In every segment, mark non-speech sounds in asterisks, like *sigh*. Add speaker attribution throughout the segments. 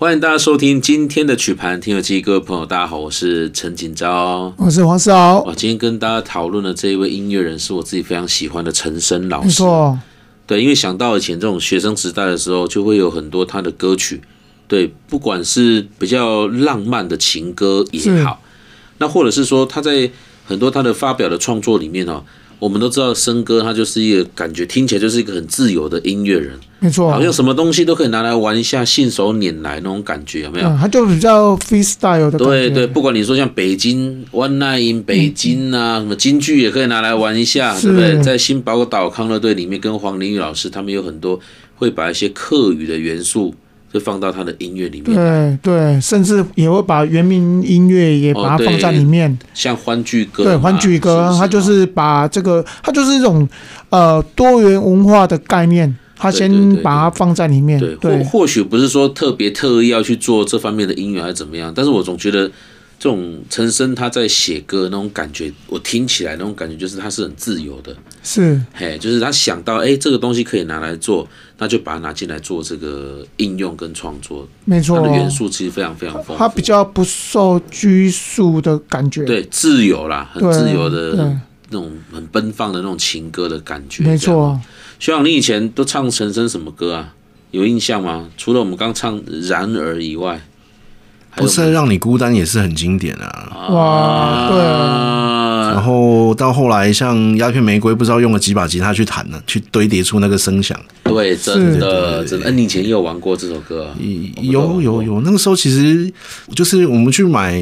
Speaker 1: 欢迎大家收听今天的曲盘听友记，各位朋友，大家好，我是陈锦昭。
Speaker 2: 我是黄世豪，
Speaker 1: 哦，今天跟大家讨论的这一位音乐人是我自己非常喜欢的陈升老
Speaker 2: 没
Speaker 1: 师。
Speaker 2: 错，
Speaker 1: 对，因为想到以前这种学生时代的时候，就会有很多他的歌曲，对，不管是比较浪漫的情歌也
Speaker 2: 是
Speaker 1: 好，那或者是说他在很多他的发表的创作里面哦，我们都知道森哥他就是一个感觉听起来就是一个很自由的音乐人，
Speaker 2: 没错
Speaker 1: 好，像什么东西都可以拿来玩一下，信手拈来那种感觉，有没有？
Speaker 2: 嗯，他就比较 freestyle 的感觉，
Speaker 1: 对对，不管你说像北京 One Night in 北京啊，什么京剧也可以拿来玩一下，对不对？
Speaker 2: 嗯是
Speaker 1: 在新宝岛康乐队里面，跟黄玲玉老师他们有很多会把一些客语的元素就放到他的音乐里面，
Speaker 2: 对对，甚至也会把原名音乐也把
Speaker 1: 哦
Speaker 2: 它放在
Speaker 1: 对
Speaker 2: 里面，
Speaker 1: 像欢聚歌嘛，
Speaker 2: 对，欢聚歌，
Speaker 1: 是
Speaker 2: 它就是把这个，它就是一种呃多元文化的概念，它
Speaker 1: 对对对
Speaker 2: 先
Speaker 1: 对
Speaker 2: 把它放在里面，
Speaker 1: 对，或或许不是说特别特意要去做这方面的音乐还是怎么样，但是我总觉得这种陈升他在写歌那种感觉，我听起来那种感觉就是他是很自由的，
Speaker 2: 是
Speaker 1: 嘿，就是他想到，哎、这个东西可以拿来做，那就把它拿进来做这个应用跟创作，
Speaker 2: 没
Speaker 1: 它
Speaker 2: 错
Speaker 1: 的，元素其实非常非常丰富。
Speaker 2: 哦它比较不受拘束的感觉，
Speaker 1: 对自由啦，很
Speaker 2: 对
Speaker 1: 自由的
Speaker 2: 对
Speaker 1: 很那种很奔放的那种情歌的感觉。
Speaker 2: 没
Speaker 1: 这样。
Speaker 2: 错，
Speaker 1: 学长，你以前都唱陈升什么歌啊？有印象吗？除了我们刚唱《然而》以外，还有
Speaker 3: 不是啊让你孤单也是很经典啊。
Speaker 2: 哇，对，
Speaker 1: 啊，
Speaker 3: 然后到后来，像鸦片玫瑰，不知道用了几把吉他去弹呢，去堆叠出那个声响。
Speaker 1: 对，真的
Speaker 3: 是
Speaker 1: 真的。哎，你以前也有玩过这首歌啊？
Speaker 3: 有有有，那个时候其实就是我们去买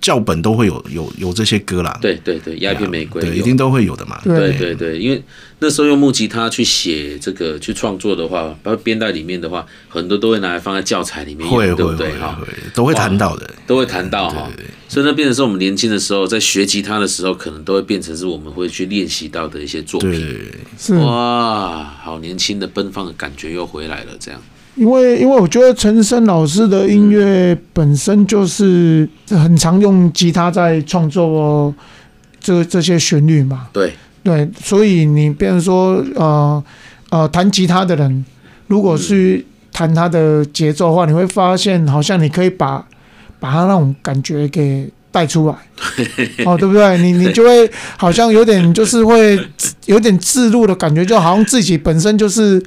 Speaker 3: 教本都会有有有这些歌啦。
Speaker 1: 对对对，鸦片玫瑰
Speaker 3: 对，
Speaker 1: 有
Speaker 3: 一定都会有的嘛。
Speaker 2: 对
Speaker 1: 对对对，因为那时候用木吉他去写这个去创作的话，包括编在里面的话，很多都会拿来放在教材里面用，
Speaker 3: 会
Speaker 1: 对不
Speaker 3: 会
Speaker 1: 对
Speaker 3: 会
Speaker 1: 哈？
Speaker 3: 会，都会弹到的。
Speaker 1: 都会谈到哈，所以那变成是我们年轻的时候在学吉他的时候，可能都会变成是我们会去练习到的一些作
Speaker 3: 对
Speaker 1: 品。
Speaker 3: 对对，
Speaker 2: 是。
Speaker 1: 哇，好年轻的奔放的感觉又回来了，这样
Speaker 2: 因为因为我觉得陈升老师的音乐本身就是很常用吉他在创作哦，这这些旋律嘛，
Speaker 1: 对
Speaker 2: 对，所以你变成说呃呃弹吉他的人，如果是弹他的节奏的话，你会发现好像你可以把把他那种感觉给带
Speaker 1: *laughs*
Speaker 2: 出来，哦，对不对？你你就会好像有点就是会有点自入的感觉，就好像自己本身就是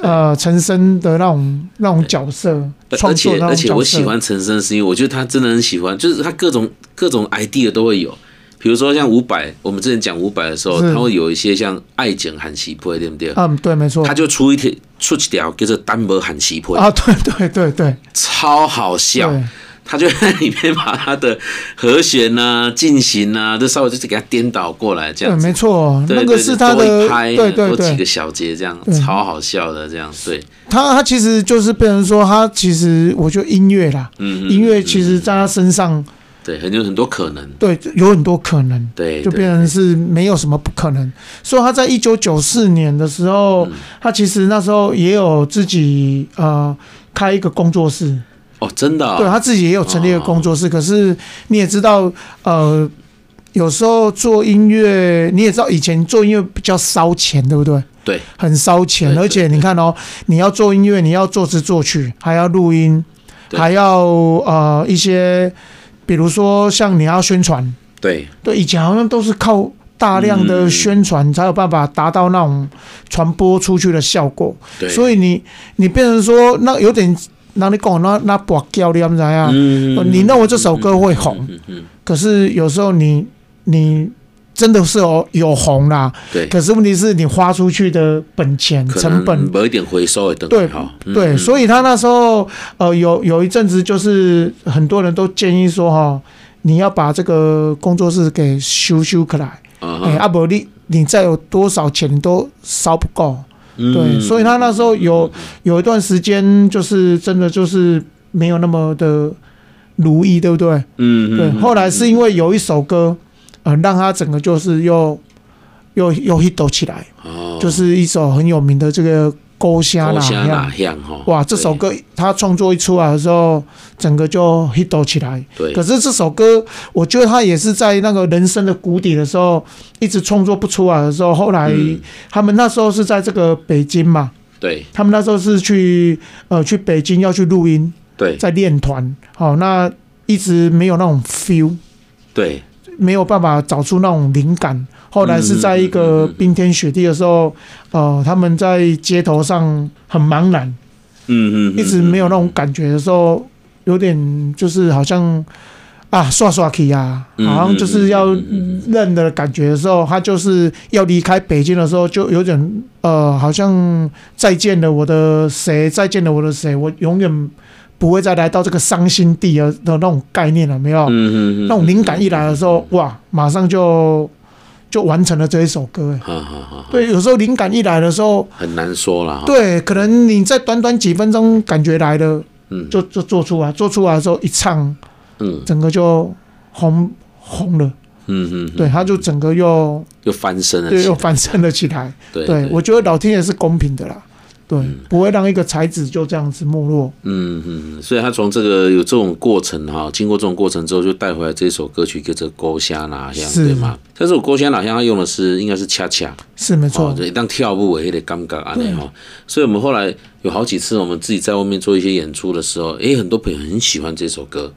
Speaker 2: 呃陈升的那种那种角色，
Speaker 1: 而
Speaker 2: 创
Speaker 1: 而
Speaker 2: 作
Speaker 1: 且
Speaker 2: 那
Speaker 1: 而
Speaker 2: 种
Speaker 1: 且
Speaker 2: 角
Speaker 1: 我喜
Speaker 2: 色，
Speaker 1: 欢陈升，是因为我觉得他真的很喜欢，就是他各种各种 idea 都会有。比如说像伍佰，我们之前讲伍佰的时候，
Speaker 2: 是
Speaker 1: 他会有一些像爱情喊西坡，对不对？
Speaker 2: 嗯，对，没错
Speaker 1: 他，就出一条出一条叫做单薄喊西坡，
Speaker 2: 啊，对对对对
Speaker 1: 超好笑。
Speaker 2: 对，
Speaker 1: 他就在里面把他的和弦啊、进行啊，这稍微就是给他颠倒过来这
Speaker 2: 对，
Speaker 1: 样子。
Speaker 2: 没错，
Speaker 1: 对
Speaker 2: 那
Speaker 1: 对
Speaker 2: 个
Speaker 1: 对
Speaker 2: 是他
Speaker 1: 多一
Speaker 2: 的，
Speaker 1: 拍啊
Speaker 2: 对对嗯
Speaker 1: 多几
Speaker 2: 对
Speaker 1: 个，小节这样，
Speaker 2: 对
Speaker 1: 超好笑的这样。对，
Speaker 2: 他他其实就是被人说，他其实我觉得音乐啦，
Speaker 1: 嗯，嗯
Speaker 2: 音乐
Speaker 1: 嗯
Speaker 2: 其实在他身上，
Speaker 1: 对很有很多可能。
Speaker 2: 对，有很多可能。
Speaker 1: 对，
Speaker 2: 就
Speaker 1: 哎对
Speaker 2: 变成是没有什么不可能。所以他在一九九四年的时候，
Speaker 1: 嗯
Speaker 2: 他其实那时候也有自己呃开一个工作室，
Speaker 1: 哦，真的啊啊
Speaker 2: 对他自己也有成立一个工作室。可是你也知道，呃，有时候做音乐，你也知道以前做音乐比较烧钱，对不对？
Speaker 1: 对，
Speaker 2: 很烧钱，
Speaker 1: 对对
Speaker 2: 而且你看哦，你要做音乐，你要作词作曲，还要录音，
Speaker 1: 对
Speaker 2: 还要呃一些，比如说像你要宣传。
Speaker 1: 对
Speaker 2: 对，以前好像都是靠大量的
Speaker 1: 嗯
Speaker 2: 宣传才有办法达到那种传播出去的效果，
Speaker 1: 对，
Speaker 2: 所
Speaker 1: 以
Speaker 2: 以你你变成说那有点，那你讲那那不叫你怎样？
Speaker 1: 嗯
Speaker 2: 呃你认为这首歌会红，
Speaker 1: 嗯嗯，
Speaker 2: 可是有时候你你真的是有有红啦，
Speaker 1: 对，
Speaker 2: 可是问题是你花出去的本钱
Speaker 1: 可
Speaker 2: 成本
Speaker 1: 能有一点回收也等嗯
Speaker 2: 对
Speaker 1: 好，
Speaker 2: 对，所以他那时候呃有有一阵子就是很多人都建议说哈、你要把这个工作室给修修起来，
Speaker 1: 以
Speaker 2: 哎、啊不你你再有多少钱你都烧不够，对，
Speaker 1: 对
Speaker 2: 所以他那时候有有一段时间就是真的就是没有那么的如意，对不对？
Speaker 1: 嗯，嗯
Speaker 2: 对，
Speaker 1: 嗯
Speaker 2: 后来是因为有一首歌，呃，让他整个就是又又又 hit 起来，
Speaker 1: 哦
Speaker 2: 就是一首很有名的这个《勾虾
Speaker 1: 我
Speaker 2: 哪
Speaker 1: 想
Speaker 2: 样
Speaker 1: 哪》。样哈？
Speaker 2: 哇，这首歌他创作一出来的时候，整个就 hit 起来。
Speaker 1: 对
Speaker 2: 可是这首歌，我觉得他也是在那个人生的谷底的时候，一直创作不出来的时候，后来
Speaker 1: 嗯
Speaker 2: 他们那时候是在这个北京嘛，
Speaker 1: 对
Speaker 2: 他们那时候是去呃去北京要去录音，
Speaker 1: 对对
Speaker 2: 在练团，好、那一直没有那种 feel，
Speaker 1: 对
Speaker 2: 没有办法找出那种灵感。后来是在一
Speaker 1: 嗯
Speaker 2: 个
Speaker 1: 嗯嗯嗯
Speaker 2: 冰天雪地的时候，呃，他们在街头上很茫然，
Speaker 1: 嗯嗯，嗯
Speaker 2: 一直没有那种感觉的时候，有点就是好像啊刷刷气啊，
Speaker 1: 嗯
Speaker 2: 好像就是要
Speaker 1: 嗯嗯嗯
Speaker 2: 认的感觉的时候，他就是要离开北京的时候，就有点呃，好像再见了我的谁，再见了我的谁，我永远不会再来到这个伤心地的的那种概念了，没有？
Speaker 1: 嗯嗯嗯，
Speaker 2: 哦那种灵感一来的时候，哇，马上就就完成了这一首歌。哎
Speaker 1: 好好好，
Speaker 2: 对，有时候灵感一来的时候，
Speaker 1: 很难说了哈，
Speaker 2: 对，可能你在短短几分钟感觉来了。
Speaker 1: 嗯，
Speaker 2: 就就做出来，做出来之后一唱，
Speaker 1: 嗯
Speaker 2: 整个就红红了，
Speaker 1: 嗯嗯，
Speaker 2: 对，他就整个又
Speaker 1: 又翻身了
Speaker 2: 对
Speaker 1: 起
Speaker 2: 又
Speaker 1: 来，
Speaker 2: 翻身了起来。
Speaker 1: 对
Speaker 2: 对我觉得老天爷是公平的啦，对，不会让一个才子就这样子没落。
Speaker 1: 嗯嗯，所以他从这个有这种过程哈，经过这种过程之后，就带回来这首歌曲叫做《勾虾哪香》，
Speaker 2: 是
Speaker 1: 对吗？但是我勾虾哪香，他用的是应该是恰恰，
Speaker 2: 是没错
Speaker 1: 哦，，就一当跳舞的那个感觉安尼哈。所以我们后来有好几次，我们自己在外面做一些演出的时候，诶，很多朋友很喜欢这首歌，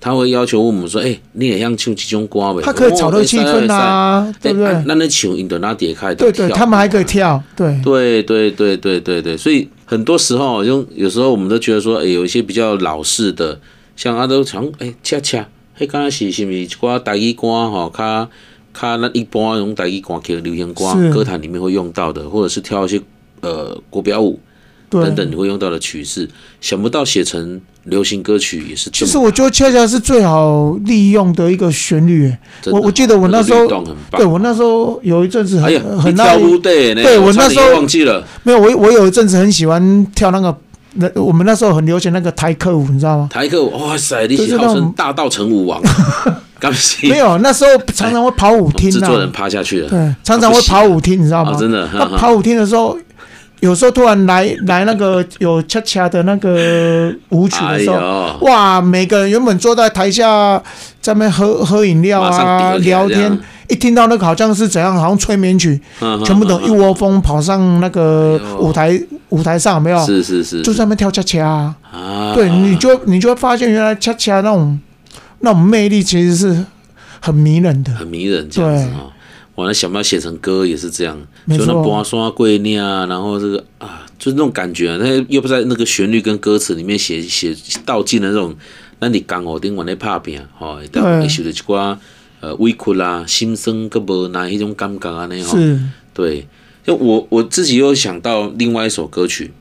Speaker 1: 他会要求问我们说，诶，你也像唱这种歌呗？哦
Speaker 2: 他可以炒热气氛
Speaker 1: 啊，
Speaker 2: 啊，对不对？
Speaker 1: 那那唱印度那底开，
Speaker 2: 对对，他们还可以
Speaker 1: 跳。
Speaker 2: 跳，
Speaker 1: 对
Speaker 2: 对
Speaker 1: 对对对对对，所以很多时候，就有时候我们都觉得说，哎、有一些比较老式的，像阿都常哎恰恰，迄敢若是是毋是一寡台语歌吼，较较咱一般用台语歌曲、流行歌
Speaker 2: 是、
Speaker 1: 歌坛里面会用到的，或者是跳一些呃国标舞等等
Speaker 2: 对。
Speaker 1: 你会用到的曲式，想不到写成流行歌曲也是这
Speaker 2: 其
Speaker 1: 么
Speaker 2: 实我觉得恰恰是最好利用的一个旋律，哎
Speaker 1: 真的
Speaker 2: 我我记得我那时候
Speaker 1: 个律动很棒，
Speaker 2: 对我那时候有一阵子
Speaker 1: 哎呀，
Speaker 2: 很
Speaker 1: 你
Speaker 2: 很爱
Speaker 1: 跳舞对呢，
Speaker 2: 对我
Speaker 1: 差
Speaker 2: 那
Speaker 1: 点
Speaker 2: 时候
Speaker 1: 忘记了
Speaker 2: 没有，我我有一阵子很喜欢跳那个，那我们那时候很流行那个台客舞，你知道吗？
Speaker 1: 台客，哇塞，你
Speaker 2: 就是是
Speaker 1: 号
Speaker 2: 那
Speaker 1: 称
Speaker 2: 种
Speaker 1: 大道成舞
Speaker 2: *laughs*
Speaker 1: 王，感谢
Speaker 2: 没有，那时候常常会跑舞厅
Speaker 1: 哦制作人
Speaker 2: 啊，
Speaker 1: 趴下
Speaker 2: *laughs*
Speaker 1: 去了。
Speaker 2: 对，常常会跑舞厅，你知道吗
Speaker 1: 啊，？真的，
Speaker 2: 那
Speaker 1: 哈哈
Speaker 2: 跑舞厅的时候，有时候突然来来那个有恰恰的那个舞曲的时候，
Speaker 1: 哎呦
Speaker 2: 哇，每个人原本坐在台下在那边喝喝饮料
Speaker 1: 马上顶
Speaker 2: 啊
Speaker 1: 了
Speaker 2: 聊
Speaker 1: 这样
Speaker 2: 天，一听到那个好像是怎样，好像催眠曲，
Speaker 1: 嗯
Speaker 2: 全部都一窝蜂跑上那个
Speaker 1: 哎呦
Speaker 2: 舞台舞台上，有没有？
Speaker 1: *laughs* 是是是，
Speaker 2: 就在那边跳恰恰啊。
Speaker 1: 啊，
Speaker 2: 对，你就你就会发现，原来恰恰那种那种魅力其实是很迷人的。
Speaker 1: 很迷人这样子
Speaker 2: 对
Speaker 1: 啊。完了，想不到写成歌也是这样，
Speaker 2: 没
Speaker 1: 就那
Speaker 2: 错
Speaker 1: 刮刷跪念啊，然后这个啊，就是那种感觉、啊，那又不在那个旋律跟歌词里面写写道尽了那种，那你刚好顶完咧拍拼，吼、但
Speaker 2: 对
Speaker 1: 会受到一寡呃委屈啦、心酸个无奈迄种感觉啊哦安尼吼。
Speaker 2: 是，
Speaker 1: 对，就我我自己又想到另外一首歌曲，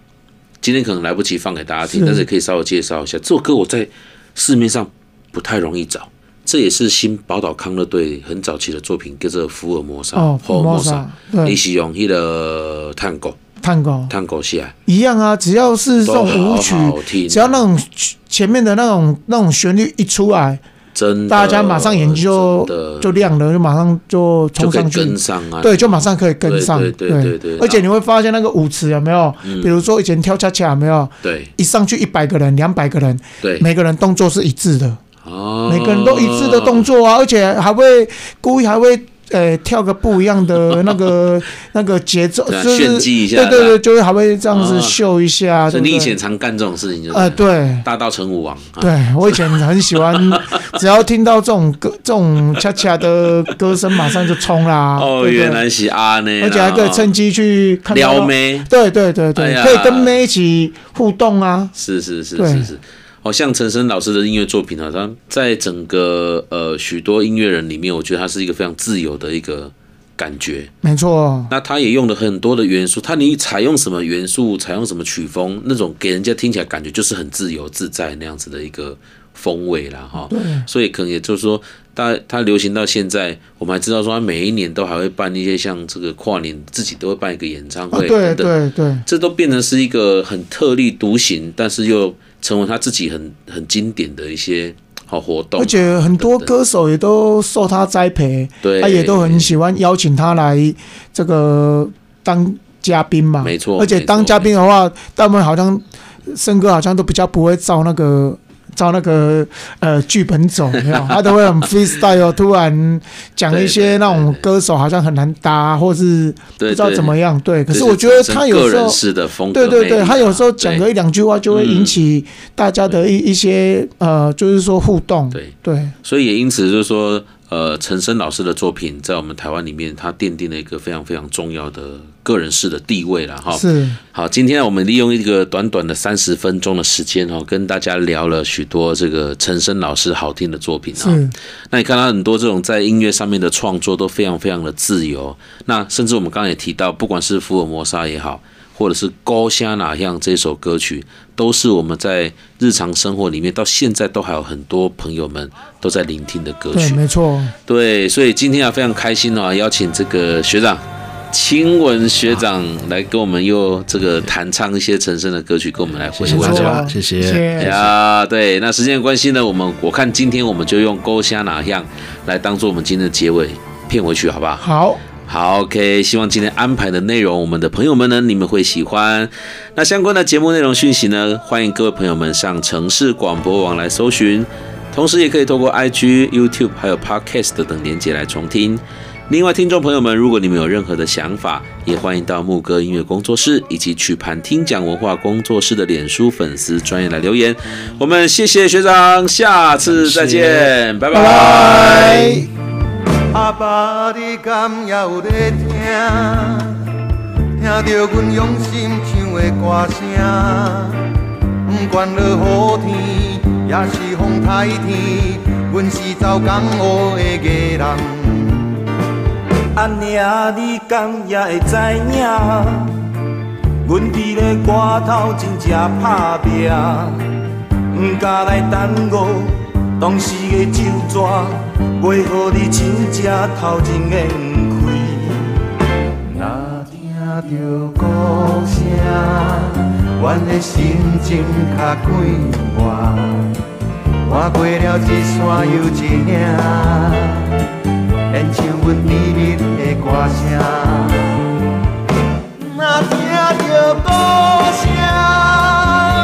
Speaker 1: 今天可能来不及放给大家听，
Speaker 2: 是
Speaker 1: 但是也可以稍微介绍一下。这首歌我在市面上不太容易找，这也是新宝岛康乐队很早期的作品，叫做《福尔摩沙》
Speaker 2: 哦
Speaker 1: 福尔摩
Speaker 2: 福尔
Speaker 1: 沙
Speaker 2: 摩沙》，对
Speaker 1: 也是用那个探戈
Speaker 2: 探戈
Speaker 1: 探戈下来，
Speaker 2: 一样啊，只要是这
Speaker 1: 都
Speaker 2: 种舞
Speaker 1: 好
Speaker 2: 曲，
Speaker 1: 好听，
Speaker 2: 只要那种前面的那种那种旋律一出来，
Speaker 1: 真的
Speaker 2: 大家马上眼睛就
Speaker 1: 真的
Speaker 2: 就亮了，就马上就
Speaker 1: 就
Speaker 2: 冲
Speaker 1: 可以
Speaker 2: 上
Speaker 1: 跟
Speaker 2: 去。
Speaker 1: 上啊，
Speaker 2: 对，就马上可以跟上，
Speaker 1: 对对对对对嗯
Speaker 2: 而且你会发现那个舞池有没有？比如说以前跳恰恰有没有？
Speaker 1: 对
Speaker 2: 一上去一百个人、两百个人，
Speaker 1: 对，
Speaker 2: 每个人动作是一致的，
Speaker 1: 哦
Speaker 2: 每个人都一致的动作啊，而且还会故意还会呃跳个不一
Speaker 1: *laughs*
Speaker 2: 样的那个那个节奏，
Speaker 1: 对啊
Speaker 2: 就是
Speaker 1: 炫技一下
Speaker 2: 对对
Speaker 1: 是
Speaker 2: 对，就是还会这样
Speaker 1: 啊
Speaker 2: 子秀一下，
Speaker 1: 所
Speaker 2: 对
Speaker 1: 以
Speaker 2: 不
Speaker 1: 你以
Speaker 2: 对
Speaker 1: 前？常干这种事情，就是
Speaker 2: 呃，对。
Speaker 1: 大道成武王啊，
Speaker 2: 对，我以前很喜
Speaker 1: *laughs*
Speaker 2: 欢，只要听到这种歌、这种恰恰的歌声，马上就冲啦。
Speaker 1: 哦，
Speaker 2: 啊对不对
Speaker 1: 原来是阿呢，
Speaker 2: 而且还可以趁机去看到
Speaker 1: 哦撩。妹，
Speaker 2: 对对对
Speaker 1: 哎
Speaker 2: 对，
Speaker 1: 呀
Speaker 2: 可以跟妹一起互动啊。
Speaker 1: 是是是
Speaker 2: 对
Speaker 1: 是是。哦，像陈升老师的音乐作品啊，他在整个呃许多音乐人里面，我觉得他是一个非常自由的一个感觉。
Speaker 2: 没错，
Speaker 1: 那他也用了很多的元素，他你采用什么元素，采用什么曲风，那种给人家听起来感觉就是很自由自在那样子的一个风味啦，哈。所以可能也就是说，它它流行到现在，我们还知道说，他每一年都还会办一些像这个跨年，自己都会办一个演唱
Speaker 2: 啊，
Speaker 1: 会等
Speaker 2: 对
Speaker 1: 等。
Speaker 2: 对对，
Speaker 1: 这都变成是一个很特立独行，但是又成为他自己很很经典的一些好活动啊、
Speaker 2: 而且很多
Speaker 1: 等等
Speaker 2: 歌手也都受他栽培，
Speaker 1: 对，
Speaker 2: 他也都很喜欢邀请他来这个当嘉宾嘛。
Speaker 1: 没错
Speaker 2: 而且当嘉宾的话，他们好像森哥好像都比较不会照那个照那个呃剧
Speaker 1: *laughs*
Speaker 2: 本走，有没有他都会很 freestyle，突然讲一些
Speaker 1: 对对对
Speaker 2: 那种歌手好像很难搭，或是不
Speaker 1: 对
Speaker 2: 知道
Speaker 1: 对
Speaker 2: 怎么样。对，可
Speaker 1: 这
Speaker 2: 是我觉得
Speaker 1: 产
Speaker 2: 他
Speaker 1: 生
Speaker 2: 有
Speaker 1: 个
Speaker 2: 时候
Speaker 1: 人式的风格
Speaker 2: 对
Speaker 1: 魅力啊，
Speaker 2: 对对，他有时候讲个
Speaker 1: 对嗯
Speaker 2: 一两句话就会引起大家的一一些呃，就是说互动。
Speaker 1: 对
Speaker 2: 对
Speaker 1: 所以也因此就是说，呃，陈升老师的作品在我们台湾里面，他奠定了一个非常非常重要的个人式的地位了哈。
Speaker 2: 是
Speaker 1: 好，今天我们利用一个短短的三十分钟的时间哦，跟大家聊了许多这个陈升老师好听的作品啊。
Speaker 2: 是
Speaker 1: 那你看到很多这种在音乐上面的创作都非常非常的自由。那甚至我们刚才也提到，不管是福尔摩沙也好，或者是《高虾哪样》这首歌曲，都是我们在日常生活里面到现在都还有很多朋友们都在聆听的歌
Speaker 2: 对，
Speaker 1: 曲。
Speaker 2: 没错，
Speaker 1: 对，所以今天啊非常开心啊，邀请这个学长。亲文学长来跟我们又这个弹唱一些陈升的歌曲，跟我们来回
Speaker 3: 谢谢
Speaker 2: 没
Speaker 1: 味一
Speaker 3: 大家
Speaker 1: 下。
Speaker 2: 错，
Speaker 3: 谢谢
Speaker 1: 呀，对，那时间的关系呢，我们我看今天我们就用勾虾哪样来当做我们今天的结尾片尾曲，好不好？
Speaker 2: 好，
Speaker 1: 好，OK，希望今天安排的内容，我们的朋友们呢，你们会喜欢。那相关的节目内容讯息呢，欢迎各位朋友们上城市广播网来搜寻，同时也可以透过 IG、YouTube 还有 Podcast 等连接来重听。另外，听众朋友们，如果你们有任何的想法，也欢迎到牧歌音乐工作室以及曲盘听讲文化工作室的脸书粉丝专业来留言。我们谢谢学长，下次再见，拜
Speaker 2: 拜拜。
Speaker 4: 阿爸，你敢也有在听？听着阮用心唱的歌声，不管落雨天，也是风台天，阮是走江湖的艺人。
Speaker 5: 阿娘，你敢也会知影？阮伫咧歌头真正打拼，毋敢来耽误当时的酒桌，袂予你真正头前硬开。
Speaker 4: 若听着歌声，阮的心情较快活，跨过了一山又一岭，演唱阮甜蜜的歌声。若听着歌声，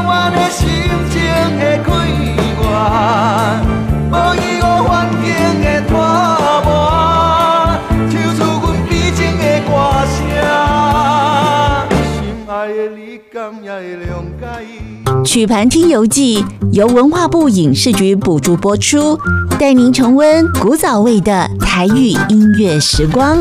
Speaker 4: 阮的心情会快活，无依无环境的拖磨，唱出阮美情的歌声。心爱的你，敢也会谅解？
Speaker 6: 《曲盘听游记》由文化部影视局补助播出，带您重温古早味的台语音乐时光。